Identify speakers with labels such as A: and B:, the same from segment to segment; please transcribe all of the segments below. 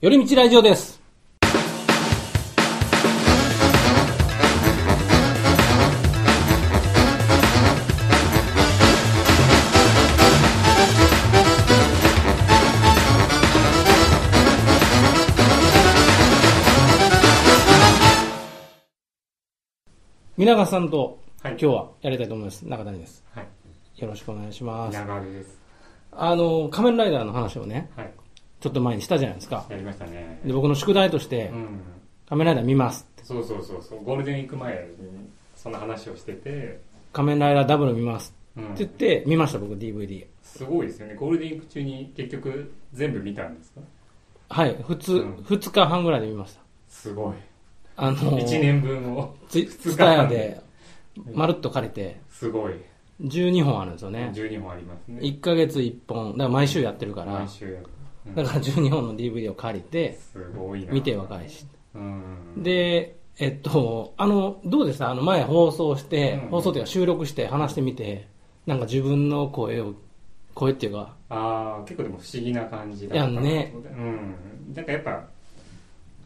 A: 寄り道ラジオです。皆川さんと
B: はい
A: 今日はやりたいと思います。中谷です。
B: はい。
A: よろしくお願いします。
B: 長るです。
A: あの、仮面ライダーの話をね、
B: はい。
A: ちょっと前にしたじゃないですか。
B: やりましたね。
A: で、僕の宿題として
B: う、ん。
A: 仮面ライダー見ます。
B: そうそうそうそう。ゴールデンウィーク前にその話をしてて、
A: 仮面ライダーダブル見ます。
B: う
A: って言
B: ん
A: っ。て、見ました、僕、DVD。
B: すごいですよね。ゴールデンウィーク中に結局全部見たんですか
A: はい、2つ、
B: うん
A: 2日半ぐらいで見ました。
B: す ごい。
A: あの
B: 1年分を。
A: ツイツタヤで、まるっと借りて、
B: すごい。
A: 12本あるんですよね。
B: 12本ありますね。
A: 1ヶ月1本、だから毎週やってるから
B: 毎、週やる。うん
A: だから12本の DVD を借りて、
B: すごいな。
A: 見ては返し。
B: うん。
A: で、えっと、あの、どうでしたあの、前放送して
B: う、ん
A: 放送というか収録して話してみて、なんか自分の声を、声っていうか、
B: ああ、結構でも不思議な感じだったな
A: やんね
B: うん。なんかやっぱ、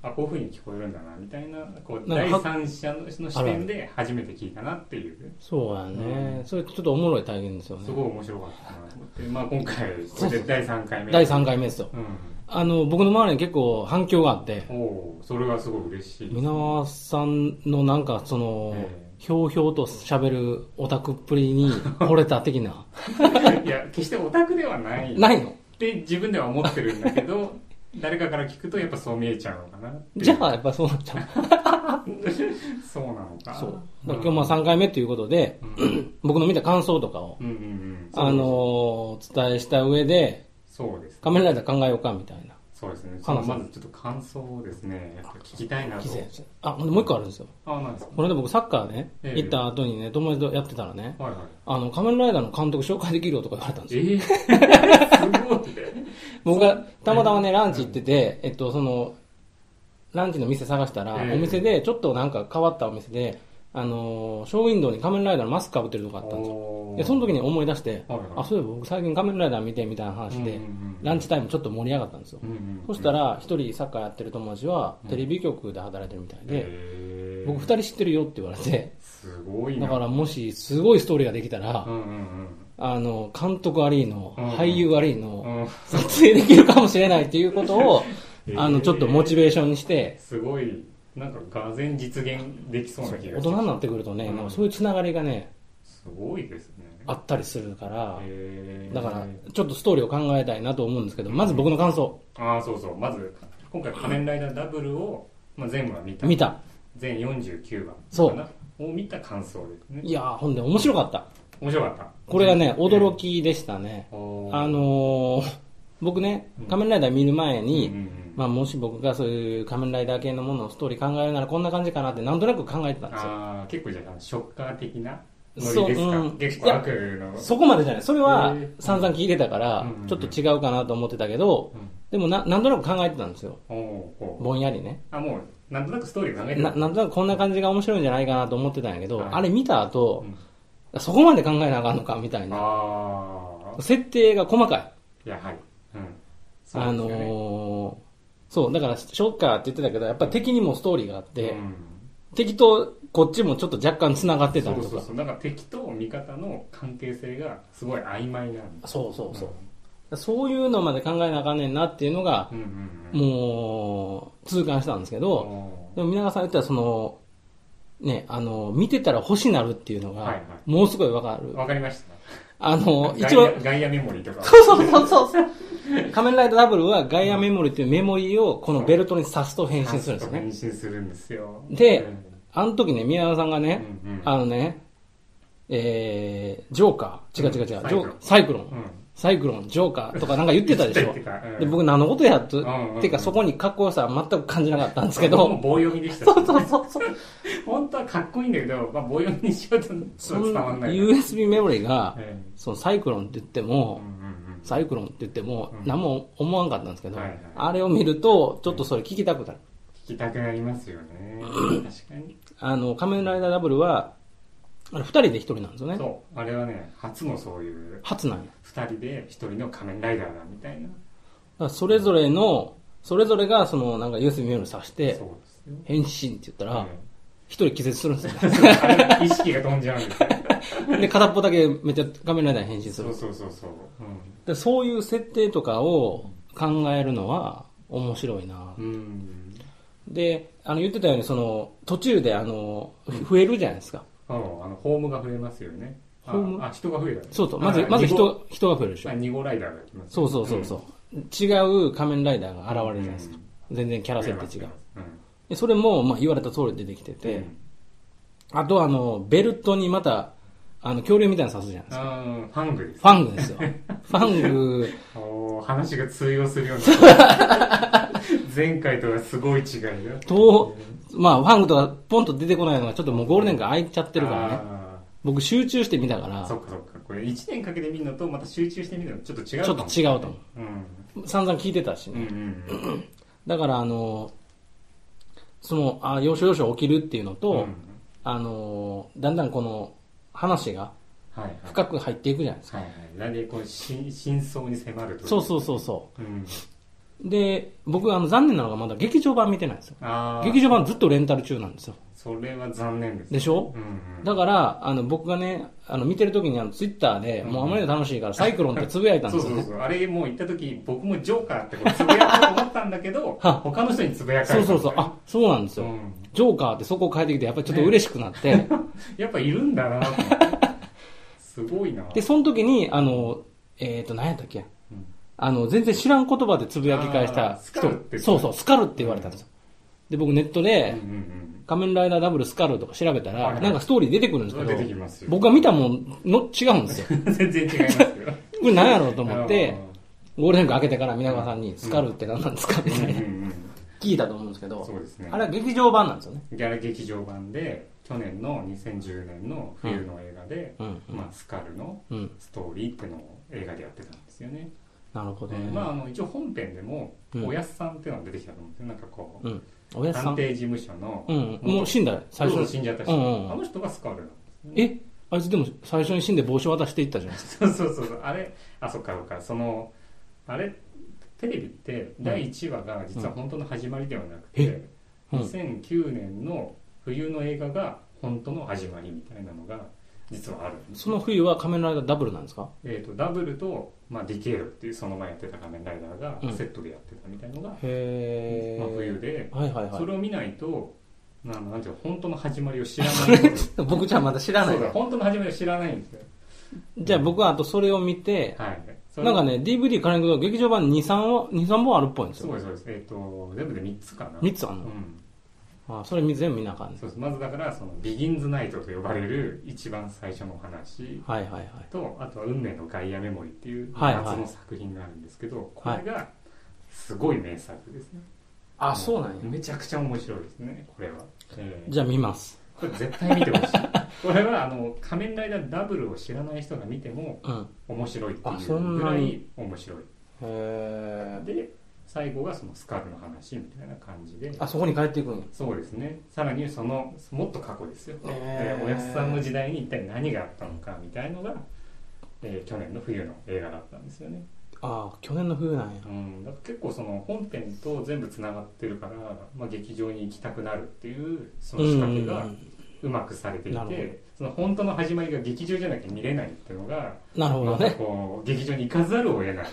B: あ、こういう風に聞こえるんだな、みたいな、こう、
A: なん
B: 第
A: かは
B: 三者のその視点で初めて聞いたなっていう、
A: そうやね、それちょっとおもろい体験ですよね
B: すごい面白かったなと思って、まあ今回、
A: そ
B: こ
A: う
B: れで第3回目。
A: 第3回目ですよ
B: うん。
A: あの僕の周りに結構反響があって
B: おおそれはすごい嬉しいです。
A: 皆川さんのなんかその、
B: え
A: ひょうひょうと喋るオタクっぷりに惚れた的な
B: いや、決してオタクではない。
A: ないの
B: って自分では思ってるんだけど、誰かから聞くとやっぱそう見えちゃうのかなっていう
A: じゃあやっぱそうなっちゃう
B: そうなのか。
A: そうだから今
B: ん
A: 日まあ3回目ということで、
B: うん
A: 僕の見た感想とかを、
B: うんうんうん。
A: あのーお伝えした上で
B: そうですね。
A: 仮面ライダー考えようかみたいな
B: そうですね。そ
A: かな
B: の
A: さん
B: まずちょっと感想をですね、やっぱ聞きたいなと
A: 規。制あほんでもう一個あるんですよ
B: あ、なんですか。
A: これで僕サッカーね、
B: ええ
A: 行った後にね友達とやってたらね
B: はいはい。
A: あの仮面ライダーの監督紹介できるよとか言われ たんですよ
B: えー、すごいね。
A: 僕がたまたまね、ランチ行ってて、えっと、その、ランチの店探したら、
B: ええ
A: お店で、ちょっとなんか変わったお店で、あのー、ショーウィンドウに仮面ライダーのマスクかぶってるとこあったんですよ。
B: おー
A: で、その時に思い出して、
B: はいはい
A: あ、そういえば僕最近仮面ライダー見てみたいな話で、
B: うんうんうん
A: ランチタイムちょっと盛り上がったんですよ。
B: うんうん、
A: そしたら、一人サッカーやってる友達は、テレビ局で働いてるみたいで、
B: えー
A: 僕二人知ってるよって言われて、
B: すごいな。
A: だからもし、すごいストーリーができたら
B: う、んうん
A: あの、監督ありの、
B: うん
A: 俳優ありの、
B: うん。うん、
A: 撮影できるかもしれないっていうことを
B: え、ー
A: あの、ちょっとモチベーションにして、
B: すごい、なんか、がぜん実現できそうな気
A: 大
B: が
A: 人になってくるとね、
B: うん
A: なんかそういうつながりがね、
B: すごいですね。
A: あったりするから、
B: えー
A: だから、ちょっとストーリーを考えたいなと思うんですけど、まず僕の感想、
B: ああ、そうそう。まず、今回、仮面ライダーダブルを、まあ、全部は見た。
A: 見。た。
B: 全49話かな。
A: そう
B: を見た感想ですね。
A: いやー、ほんで面白かった。
B: 面白かった。
A: これがね、
B: うん
A: 驚きでしたね。あ
B: あ、
A: のー、僕ね
B: うん、
A: 仮面ライダー見る前
B: うんう
A: に、
B: ん
A: まあ、もし僕がそういう仮面ライダー系のものをストーリー考えるならこんな感じかなってなんとなく考えてたんですよ。
B: あー結構じゃあ、ショッカー的なノ
A: そう
B: リですか、
A: うん
B: 結
A: い
B: 構
A: や
B: 悪の。
A: そこまでじゃない。それは
B: へー
A: 散々聞いてたから
B: うんうんう、ん
A: ちょっと違うかなと思ってたけど、でもな、なんとなく考えてたんですよ。
B: うん、おうおう
A: ぼんやりね。
B: あ、もう、なんとなくストーリー考えて
A: ななんとなくこんな感じが面白いんじゃないかなと思ってたんやけど、
B: はい
A: あれ見た後
B: う、ん
A: そこまで考えなあかんのかみたいな。
B: ああ、
A: 設定が細かい。
B: やはり。うん。
A: あのー、そう、だから、ショッカーって言ってたけど、やっぱり敵にもストーリーがあって、敵とこっちもちょっと若干繋がって
B: 出
A: た
B: た
A: りと
B: と
A: か。
B: そうそうそう。なんか敵と味方の関係性がすごい曖昧なんだ。
A: そうそうそう
B: うん
A: そういうのまで考えなあかんねんなっていうのが
B: う、んうんうん。
A: もう、痛感したんですけど、
B: お
A: でも皆川さん言ったら、その、ね、あの、見てたら星なるっていうの
B: はいは
A: が、もうすごいわかる
B: ー。わかりました。
A: あの、
B: ガ
A: 一
B: イ
A: 応
B: ア、ガイアメモリーとか。
A: そうそうそうそうそう。仮面ライダーダブルはガイアメモリーというメモリーをこのベルトに刺すと変身するんですよ
B: 変
A: ね。
B: 身するんですよ。
A: で
B: うん
A: あの時ね、宮川さんがね、
B: うんうん
A: あのね、えー、ジョーカー、違う違う違う、ジョーサイクロン、
B: うん
A: サイクロン、ジョーカーとかなんか言ってたでし
B: 言
A: ょ
B: ってた言ってたうん。
A: で僕何のことやと、
B: うんうんうん
A: てかそこにかっこよさは全く感じなかったんですけ
B: もう
A: ど、
B: 棒読みでした、
A: そうそうそうそう。
B: 本当はかっこいいんだけど、まあ、棒読みにしようと
A: そ
B: 伝
A: ん
B: わん
A: な
B: ない。
A: USB メモリーが、
B: ええ
A: そのサイクロンって言って
B: う
A: も
B: ん、うん
A: サイクロンって言っても
B: うん
A: 何も思わんかったんですけど、
B: はいはい
A: あれを見るとちょっとそれ聞きたくなる、
B: 聞きたくなりますよね。確かに。
A: あの仮面ライダーダブルはあれ2人で1人なんですよね
B: そう。あれはね、初のそういう、
A: 初なんやだか
B: 二人で一人の仮面ライダーだみたいな。
A: らそれぞれのそれぞれが、その、なんか、四隅目を刺し
B: そう
A: て
B: です、よ
A: 変身って言ったら、
B: う
A: 一人気絶するん ですよ。
B: んあれ意識が飛んじゃうんですよ
A: で、片っぽだけめっちゃ仮面ライダーに変身す
B: そ
A: る
B: う。そうそうそう、う
A: でそういう設定とかを考えるのは面白いな。
B: んうん
A: で、あの、言ってたように、その、途中で、あの、増えるじゃないですか。
B: あのあのホームが増えますよねあ
A: ホーム
B: あ人が増えた
A: そうそう。
B: あ
A: まず、まず
B: 二号
A: 人、人が増えるでしょ
B: あ。二号ライダーが来ます
A: そうそうそうそう。違う仮面ライダーが現れるじゃないですか。全然キャ
B: キ
A: ラ設定違う。でそれも、まあ、言われた通り出てきてて、
B: うん
A: あとはあの、ベルトにまた、あの、恐竜みたいなの刺すじゃないですか。
B: あーファングです
A: ファング ですよ。ファング、
B: おー話が通用するようにな った前回とはすごい違いだよ
A: と、まあ、ファングとかポンと出てこないのが、ちょっともうゴールデンが空いちゃってるからね。
B: あ
A: 僕集中して見たか
B: ーそ
A: ら、
B: っかそっかこれ1年かけて見るのとまた集中して見るのちょっと違う
A: ちょっと違
B: う
A: うと思
B: うん
A: う。散々聞いてたし
B: うんう
A: ね。
B: んうん
A: だから、あの、その、あ、要所要所起きるっていうのと、
B: ん
A: あの、だんだんこの、話が
B: はいはい
A: 深く入っていくじゃないですか。
B: はいはいなんでこうし真相に迫るとい
A: そうそうそうそ
B: うん
A: う。で、僕、あの、残念なのがまだ劇場版見てないんですよ。
B: ああ
A: 劇場版ずっとレンタル中なんですよ。
B: それは残念です
A: でしょ
B: うんうん
A: だから、あの、僕がね、あの、見てる時にあの、ツイッターで、
B: うん
A: もうあまりに楽しいから、サイクロンってつぶやいたん
B: そ
A: で
B: う
A: すよ
B: そう
A: ね。
B: そう。あれもう行った時、僕もジョーカーってこうつぶやこうと思ったんだけど、
A: は
B: 他の人につぶやか
A: そ
B: れ
A: う
B: た
A: そうそう。あ、そうなんです
B: う
A: よ。
B: ん
A: ジョーカーってそこを変えてきて、やっぱりちょっと嬉しくなって、
B: やっぱいるんだなと思って すごいな
A: で、その時に、あの、えっ、と、何やったっけ
B: うん
A: あの、全然知らん言葉でつぶやき返した
B: あースカルって
A: そうそう、スカルって言われたんですよ。で、僕ネットで
B: うん、うん
A: 仮面ライダーダブルスカルとか調べた
B: はい
A: ら、
B: はい
A: なんかストーリー出てくるんです
B: うん。
A: け
B: 出てき
A: ど、
B: ますよ。
A: 僕が見たもんの違うんですよ。
B: 全然違いますよ。
A: これ何や ろうと
B: と
A: 思っ て、ゴールデンウィーク開けてから皆川さんに、スカルって何なんですかみたいな 聞いたと思うんですけど、
B: そうですね。
A: あれは劇場版なんですよね。
B: ギャラ劇場版で、去年の2010年の冬の映画で、
A: うん。
B: まあ、スカルの
A: うん。
B: ストーリーってのを映画でやってたんですよね。
A: なるほど
B: で
A: ね。
B: まあ、あの一応本編でも、
A: うん
B: おやっさんっていうのが出てきたと思うんですよ。なんかこう、
A: うん。おやっさ
B: 探
A: ん。
B: 偵事務所の、
A: うん。もう死んだよ、最初
B: そう
A: に
B: 死んじゃった人、
A: うんうん
B: あの人がスカール なんですね
A: えあいつでも最初に死んで帽子渡していったじゃないですか。
B: そうそうそうそうあれあそっかそっかそのあれテレビって第1話が実は本当の始まりではなくて、
A: うんえうん
B: 2009年の冬の映画が本当の始まりみたいなのが実はあるんです
A: その冬は仮面ライダーダブルなんですか
B: えー、とダブルと、まあ、ディケードっていうその前やってた仮面ライダーが
A: うん
B: セットでやってたみたいのが、
A: へ
B: まあ、
A: ー。
B: 冬で、
A: はいはい
B: そ
A: は
B: れを見ないとななんていうか本当の始まりを知らない
A: い。僕じゃあまだ 知らない
B: そうだ。本当の始まりを知らないんですよ
A: じゃあ僕はあとそれを見て、
B: はいそれ
A: なんかね、DVD 借りると劇場版2、3を、2、3本あるっぽいんです
B: す
A: よ。
B: ごいそうです。えっ、と、全部で3つかな。
A: 3つあ
B: うん
A: の。
B: ん。
A: あ、それ全部見なあかんね。
B: そうです。まずだから、その、ビギンズナイトと呼ばれる一番最初のお話
A: はいはいはい。
B: と、あとは運命のガイアメモリーっていう
A: はいはい
B: 夏の作品があるんですけど、これが、すごい名作ですね。
A: あ、そうなんや。
B: めちゃくちゃ面白いですね、これは。えー
A: じゃあ見ます。
B: これ絶対見てほしい。これは、あの、仮面ライダーダブルを知らない人が見ても
A: うん。
B: 面白いって
A: あそ
B: いうんぐ
A: な
B: らい
A: に
B: 面白い。
A: へー。
B: で、最後がそのスカルの話みたいな感じで。
A: あ、そこに帰っていくんや。
B: そうですねさらにそのもっと過去ですよ、
A: えー
B: でおやすさんの時代に一体何があったのかみたいのが、えー去年の冬の映画だったんですよね、
A: ああ、去年の冬なんや
B: う。ん、だから結構その本編と全部つながってるから、まあ、劇場に行きたくなるっていうその仕掛け
A: う
B: が
A: ん
B: うまくされていて、
A: なるほど
B: その本当の始まりが劇場じゃなきゃ見れないっていうのが
A: なるほど
B: また
A: ね。
B: こう劇場に行かざるを 得ない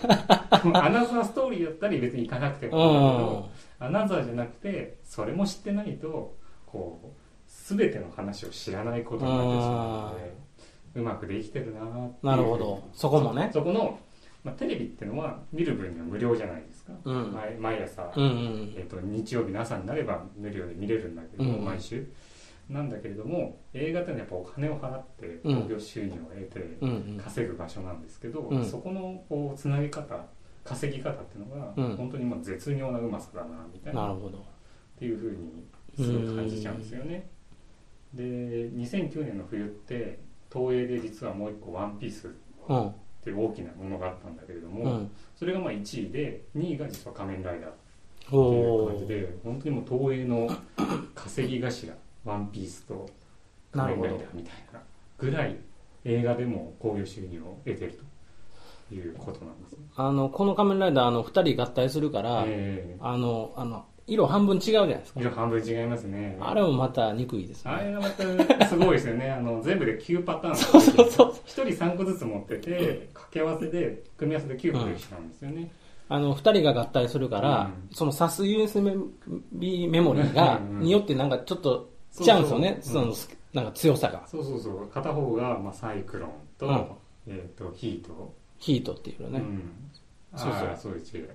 B: アナザーストーリーだったり別に行かなくて
A: う
B: もいいんだけど、
A: ん。
B: アナザーじゃなくてそれも知ってないとこう全ての話を知らないことになってしまうのでうまくできてるなーっていう
A: なるほどそこもね
B: そこの、まあ、テレビってのは見る分には無料じゃないですか、
A: うん
B: 毎毎朝、
A: うんうん
B: えっと日曜日の朝になれば無料で見れるんだけど、
A: うん
B: 毎週なんだけれども映画ってのはやっぱお金を払って
A: うん
B: 興行収入を得て、
A: うんうん。
B: 稼ぐ場所なんですけど、
A: うん
B: そこのこうつなぎ方稼ぎ方っていうのが、
A: うん
B: 本当にまあ絶妙なうまさだなみたいな
A: なるほど。
B: っていうふうにすごい感じちゃうんですよねで2009年の冬って東映で実はもう一個「ワンピースっ
A: うん。
B: ていう大きなものがあったんだけれども、
A: うん。
B: それがまあ1位で2位が実は「仮面ライダー」っていう
A: お
B: 感じ
A: ー。
B: で本当にもう東映の稼ぎ頭「ワンピースと「仮面ライダー」みたいなぐらい映画でも興行収入を得てるということなんですね。
A: あの、この仮面ライダー、あの、二人合体するから、
B: え
A: あの、あの、色半分違うじゃないです
B: え
A: か。
B: 色半分違いますね。
A: あれもまた憎いです
B: あ
A: ね。
B: れがまたすごいですよね。あの、全部で9パターン。そう
A: そうそう
B: 1人3個ずつ持ってて、掛け合わせで、組み合わせで9個できたんですよね。
A: あの、二人が合体するから、
B: う
A: その挿す USB メモリーが
B: うん、うん
A: によってなんかちょっと、ちゃうんですよね。
B: そう
A: そ
B: そうう
A: の、なんか強さが。
B: そうそうそう。片方が、まあ、サイクロンと、
A: うん
B: えっ、と、ヒート。
A: ヒートっていうの
B: う
A: ね。
B: ん。
A: そうそう
B: あーそうです違う。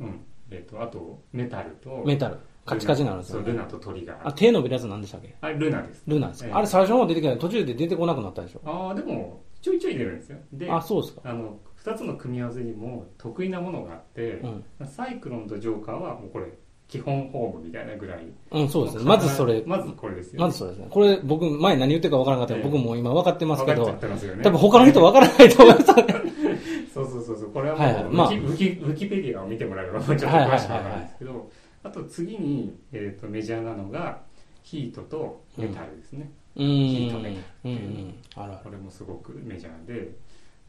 B: うん。えっ、と、あと、メタルと、
A: メタル。カチカチになるんですよ、
B: そう、ル
A: ね。
B: ナとトリガー。
A: あ、
B: あ
A: 手伸びるやつなんでしたっけ
B: れ、ルナです。
A: ルナです
B: ええ
A: か。あれ最初の方出てきたのに途中で出てこなくなったでしょ。
B: ああ、でも、ちょいちょい出るんですよ。で、
A: あ、
B: あ
A: そうですか。
B: の、2つの組み合わせにも得意なものがあって
A: う、ん。
B: サイクロンとジョーカーはもうこれ、基本ホームみたいなぐらい。
A: うん、そうですね。まずそれ、
B: まずこれですよ、
A: まずそうですね。これ僕、前何言ってるか分からなかったけど、
B: ええ
A: 僕もう今分かってますけ
B: 分か
A: ど
B: っちゃっ、てますよね。
A: 多分他の人分からないと思います。
B: そうそうそうそう。これは
A: はいはい
B: もう、
A: まあ
B: ウィキウィキペディアを見てもらえば、ちょっと詳しくわかるんですけど、あと次に、えっ、と、メジャーなのが、ヒートとメタルですね。
A: う
B: ヒ
A: ん
B: ートね。
A: うんうん。あら
B: これもすごくメジャーで、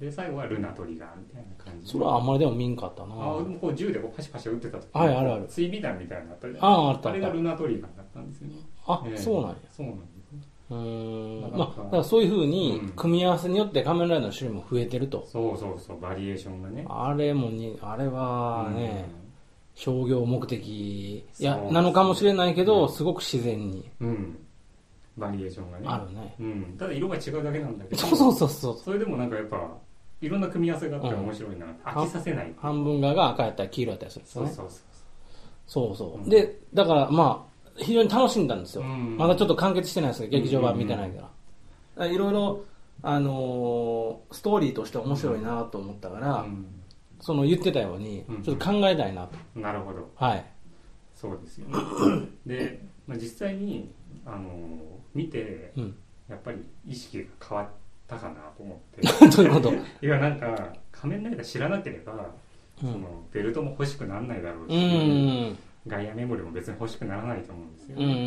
B: で、最後はルナトリガーみたいな感じで。
A: それはあんまりでも見んかったな
B: ああでもこう銃でこうパシパシ撃ってた時
A: はいあるある
B: 追尾弾みたいなのあったじゃん
A: ああ、あったあ
B: あ
A: っ
B: れが
A: た
B: ルナトリガーだったんですよね。
A: あ、
B: ええ
A: そうなんや。
B: そうなんですね
A: うー。
B: なんか
A: まあ、だからそういう風に
B: うん、
A: 組み合わせによって仮面ライダーの種類も増えてると。
B: そうそうそうバリエーションがね
A: あれもに、あれはね、商業目的、いや
B: そうで、すね
A: なのかもしれないけ
B: う
A: ど、
B: ん
A: すごく自然に
B: うん、うんバリエーションがね
A: あるね。
B: うん、ただ色が違うだけなんだけど
A: そうそうそうそう。
B: それでもなんかやっぱいろんな組み合わせがあったら面白いな、飽きさせない
A: 半分側が赤やったり黄色やったりするんです
B: そう
A: ね
B: そう。そう
A: そうそう。
B: うん
A: で、だからまあ、非常に楽しんだんです
B: そう、
A: よ。
B: ん
A: まだちょっと完結してないですけど、
B: うん
A: 劇場版見てないから。だからいろいろ、あのーストーリーとして面白いなと思ったから、
B: う
A: その言ってたように
B: うん、
A: ちょっと考えたいなと。
B: ん、なるほど
A: はい。
B: そうで すよねで、まあ、実際にあの見て
A: うん。
B: やっぱり意識が変わったかなと思っ
A: どういうこと
B: ていやなんか仮面ライダー知らなければ、
A: う
B: そ
A: ん。
B: のベルトも欲しくならないだろうし、
A: うんうん
B: ガイアメモリも別に欲しくならないと思うんですよ、
A: うん。うんうんう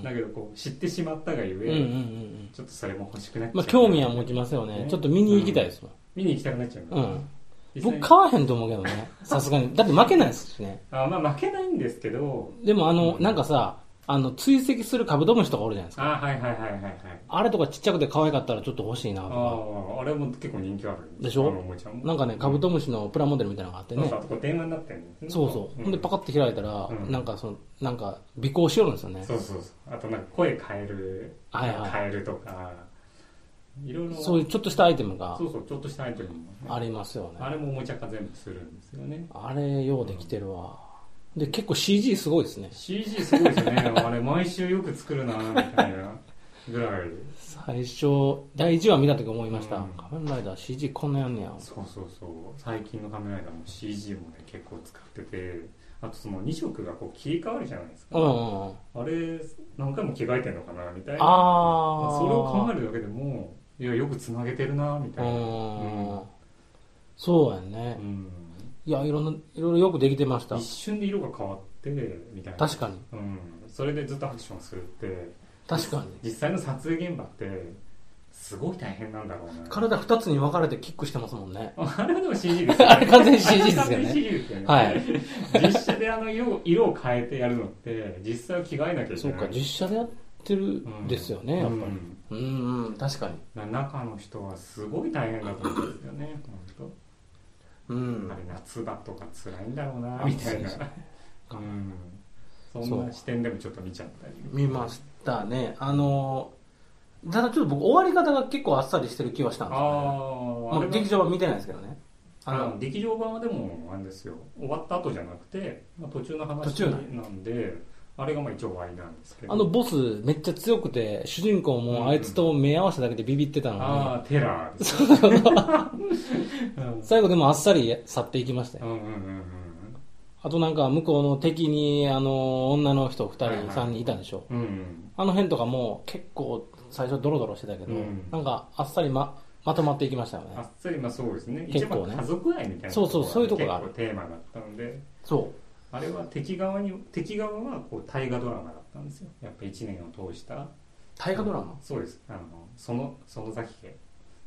A: ん
B: だけどこう知ってしまったがゆ
A: うんうんう
B: え、
A: んうん。
B: ちょっとそれも欲しくなっちゃう、
A: まあ、興味は持ちますよね
B: ね。
A: ちょっと見に行きたいですもん。
B: 見に行きたくなっちゃう
A: う
B: の
A: ん。
B: 実際
A: 僕
B: に
A: 買わへんと思うけどね。さすがに。だって負けないですしね。
B: あまあ負けないんですけど
A: でもあの、なんかさ、あの、追跡するカブトムシとかおるじゃないですか。
B: あはいはいはいはいはい
A: あれとかちっちゃくて可愛かったらちょっと欲しいな
B: あ
A: とか。
B: ああれも結構人気あるんす
A: でしょ
B: あのおもちゃも
A: なんかね、カブトムシのプラモデルみたいなのがあって
B: そう
A: ね
B: そう。あとこう電話になってるんですね
A: そうそう。ほんでパカ
B: ッ
A: ッて開いたら
B: う、ん
A: なんかその、なんか、尾行しよるんですよね。
B: そうそうそうあとなんか声変える、
A: はいはい
B: 変えるとかいろいろ
A: そういうちょっとしたアイテムが
B: そうそうちょっとしたアイテムも、ね、
A: ありますよ
B: あ
A: ね。
B: れもおもちゃ化全部するんですよね
A: あれ、ようできてるわ。で、結構 CG すごいですね。
B: CG すごいですよねあれ毎週よく作るなみたいなぐらい
A: 最初、第1話見た時思いました
B: うん。
A: 仮面ライダー CG こんなやんねや。
B: そうそうそう最近の仮面ライダーも CG もね結構使っててあとその2色がこう切り替わるじゃないです
A: う
B: か、
A: んうんうん。
B: あれ何回も着替えてんのかなみたいな
A: あー。
B: それを考えるだけでもいやよくつなげてるなみたいな
A: うん。そうやね
B: う。ん
A: いや、いろんな、いろいろよくできてました
B: 一。瞬で色が変わってみたいな
A: 確かに。
B: うん、それでずっとアクションするって
A: 確かに。
B: 実際の撮影現場ってすごい大変なんだろうな
A: 体二つに分かれてキックしてますもんね。
B: あれはでも CG ですよね
A: あれ完全に CG ですよね
B: あれ完全に CG ですよね
A: はい。
B: 実写であの色を色を変えてやるのって実際は着替えなきゃいけない
A: そうか、実写でやってるんですよね、やっぱり。
B: り
A: うん、うん、確かに。
B: 中の人はすごい大変だと思うんですよね本
A: う
B: 当
A: ん
B: あ。れ夏場とか辛いんだろうな
A: あ
B: みたいな
A: そうで
B: うんそ
A: そ
B: んな
A: う
B: 視点でもちょっと見ちゃったり
A: 見ましたね。あのー、ただちょっと僕、終わり方が結構あっさりしてる気はしたんですよ、ね。
B: ああ
A: まあ、劇場は見てないですけどね。あ
B: あの
A: の、
B: 劇場版はでもあれですよ終わった後じゃなくて、まあ、途中の
A: 途
B: 話
A: 中な
B: なんであれがまあ一応終わりなんですけど
A: あのボスめっちゃ強くて、主人公もあいつと目合わせただけでビビってたの
B: ああテラーですねうん
A: に、最後でもあっさり去っていきましたよ。
B: うんうんうん
A: あとなんか向こうの敵に、あの、女の人二
B: はいはい
A: 人、三人いたでしょ。
B: うんうん
A: あの辺とかも結構最初ドロドロしてたけど、
B: うん
A: なんかあっさりま、まとまっていきましたよ
B: あ
A: ね
B: っ。さりまあそうですね
A: 結構ね
B: 一番家族愛みたいな
A: そうそうそういうとこがある
B: 結構テーマだったので
A: そ
B: あれは敵側に敵側はこう大河ドラマだったんですよやっぱ1年を通した
A: う。大河ドラマ
B: そうですあのそのその先家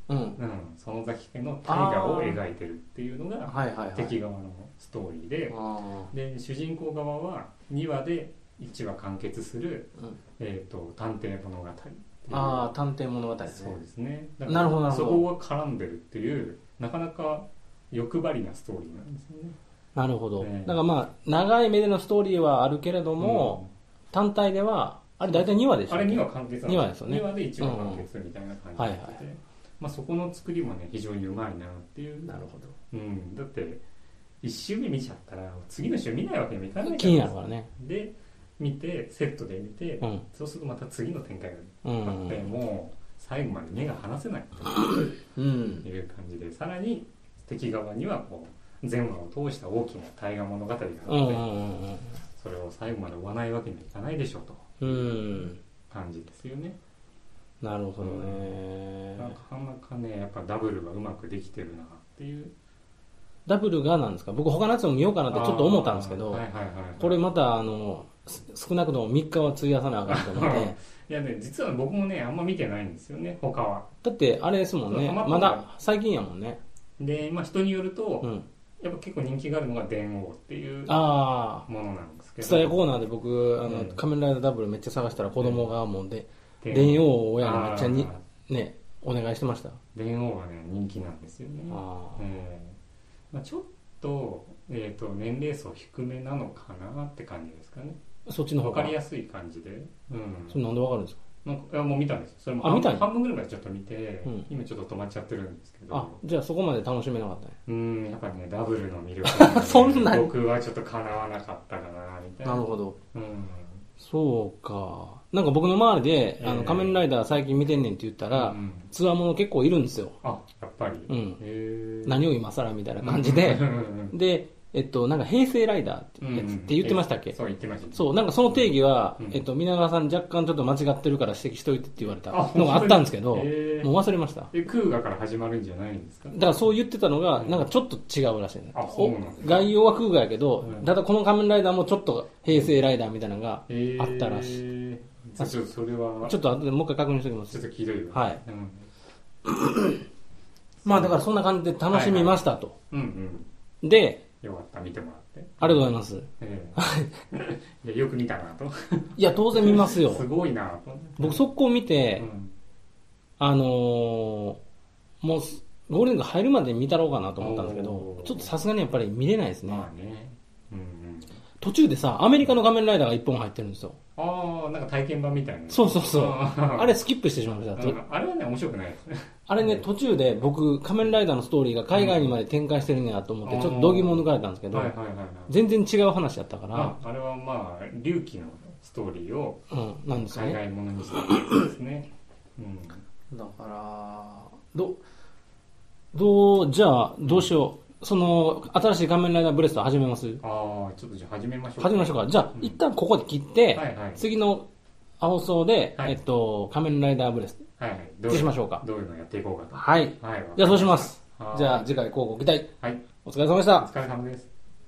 A: うん。
B: うん、その崎家の大河を描いてるっていうのが
A: はいはいはい。
B: 敵側のストーリーで、
A: あ
B: で主人公側は2話で1話完結する、
A: ーうん
B: えー、と探偵物語っていう
A: あー、探偵物語です
B: そう
A: ね。
B: ですね
A: なるほどなるほど
B: そこが絡んでるっていうなかなか欲張りなストーリーなんですよね
A: なるほど。
B: ええ
A: だからまあ、長い目でのストーリーはあるけれども、単体では、あれ大体2話でし
B: うん
A: ょ
B: あれ2話完結なん
A: 二話ですよね
B: 2話で1話完結みたいな感じになってて、
A: うん
B: まあ、そこの作りもね非常にうまいなっていう
A: なるほど。
B: うん、だって1周目見ちゃったら次の週見ないわけにもいかないから
A: 気になるからね。
B: で見てセットで見て、
A: うん。
B: そうするとまた次の展開が
A: う
B: あって、
A: ん。
B: もう最後まで目が離せない
A: うん
B: と。いう感じでさらに敵側にはこう前話を通した大きな大河物語があって、
A: うんうん
B: それを最後まで追わないわけにはいかないでしょうと
A: うんうん。
B: 感じですよね、
A: なるほど
B: な
A: ね。
B: かなかねやっぱダブルがうまくできてるなっていう
A: ダブルがなんですか僕他のやつも見ようかなってちょっと思ったんですけ
B: あー
A: ど
B: はい、はいはいはい
A: これまたあの、す少なくとも3日は費やさなあかんと思 って。
B: いやね実は僕もねあんま見てないんですよね他は
A: だってあれですもんね。
B: そうハマった
A: まだ最近やもんね。
B: でまあ人によると、
A: うん。
B: やっぱ結構人気があるのが電王っていう
A: ああ。
B: ものなんですけど
A: 伝えコーナーで僕、あ
B: う
A: の
B: ん、
A: 仮面ライダーダブルめっちゃ探したら子供がもんで、
B: 電
A: 電王を親にめっちゃに
B: あー
A: ね、お願いしてました。
B: 電王はね人気なんですよね、
A: あ
B: う
A: ー
B: んまあ、ちょっと,、えー、と年齢層低めなのかなって感じですかね
A: そっちの方
B: 分か
A: が
B: り。やすい感じで、うん、
A: それなんでわかるんですか
B: なんかいやもう見たんですよそれも
A: あ
B: 半
A: 見たんや
B: 半分ぐらいまでちょっと見て、
A: うん
B: 今ちょっと止まっちゃってるんですけど
A: あ、じゃあそこまで楽しめなかったね。
B: うんやっぱねダブルの 魅力はね、
A: そんなに
B: 僕はちょっとかなわなかったかなみたいな
A: なるほど。
B: うん
A: そうか。なんか僕の周りで、あ
B: え
A: の、
B: え
A: 仮面ライダー最近見てんねんって言ったら
B: う、ん
A: ツアーもの結構いるんですよ。
B: あやっぱり、
A: うん
B: へー
A: 何を今更みたいな感じで
B: う。ん
A: で、えっと、なんか平成ライダーって
B: うん
A: やつって言ってましたっけ
B: そう言ってました
A: そう、なんかその定義は
B: うん、
A: えっと、皆川さん若干ちょっと間違ってるから指摘しといてって言われた
B: あ本当
A: の
B: に
A: があったんですけど、もう
B: へー
A: 忘れました。
B: え空河から始まるんじゃないんですか
A: だからそう言ってたのが、
B: うん
A: なんかちょっと違うらしいね。
B: あそうなんですね
A: お概要は空外やけど
B: うん、
A: ただこの仮面ライダーもちょっと平成ライダーみたいなのが
B: えー
A: あったらしい。
B: ちょっとそれは
A: ちょっと後でもう一回確認しておきま
B: ちょっ
A: す。
B: とひどいわ
A: はい
B: うん
A: まあだからそんな感じで楽しみましたと。
B: うんうん
A: で、
B: よかった見てもらって
A: ありがとうございます。
B: ええ いやよく見たなと
A: いや、当然見ますよ。
B: すごいなと
A: 僕速攻見て、
B: うん
A: あのーもうす、ゴールデンウィーク入るまで見たろうかなと思ったんですけ
B: お
A: ど
B: ー、
A: ちょっとさすがにやっぱり見れないですね。
B: まあねうんうん
A: 途中でさ、アメリカの仮面ライダーが一本入ってるんですよ。
B: ああなんか体験版みたいな
A: そうそうそう。
B: あ
A: あれスキップしてしまいました。
B: う
A: と
B: んあれはね面白くないですね
A: あれね、途中で僕、仮面ライダーのストーリーが海外にまで展開してるんやと思って、
B: うん
A: ちょっと度肝を抜かれたんですけど
B: はい、はいはいはい
A: 全然違う話だったから
B: あ、あれはまあ隆起のストーリーを
A: うん、なんですよね。
B: 海外ものにしたやつですねうん
A: だから、ど、どう、じゃあ、どうしよう。その、新しい仮面ライダーブレスト始めます
B: ああちょっとじゃあ始めましょう
A: 始めましょうか。じゃあ、
B: うん
A: 一旦ここで切って、
B: はいはい
A: 次の放送で、
B: はい
A: えっと、仮面ライダーブレス
B: はいはい
A: ト
B: どう
A: にしま
B: い
A: しょうか。
B: どういうのやっていこうかと
A: はい。
B: はい。
A: じゃあそうします。
B: はい
A: じゃあ次回交互期待。
B: はい。
A: お疲れ様でした
B: お。疲れ様です。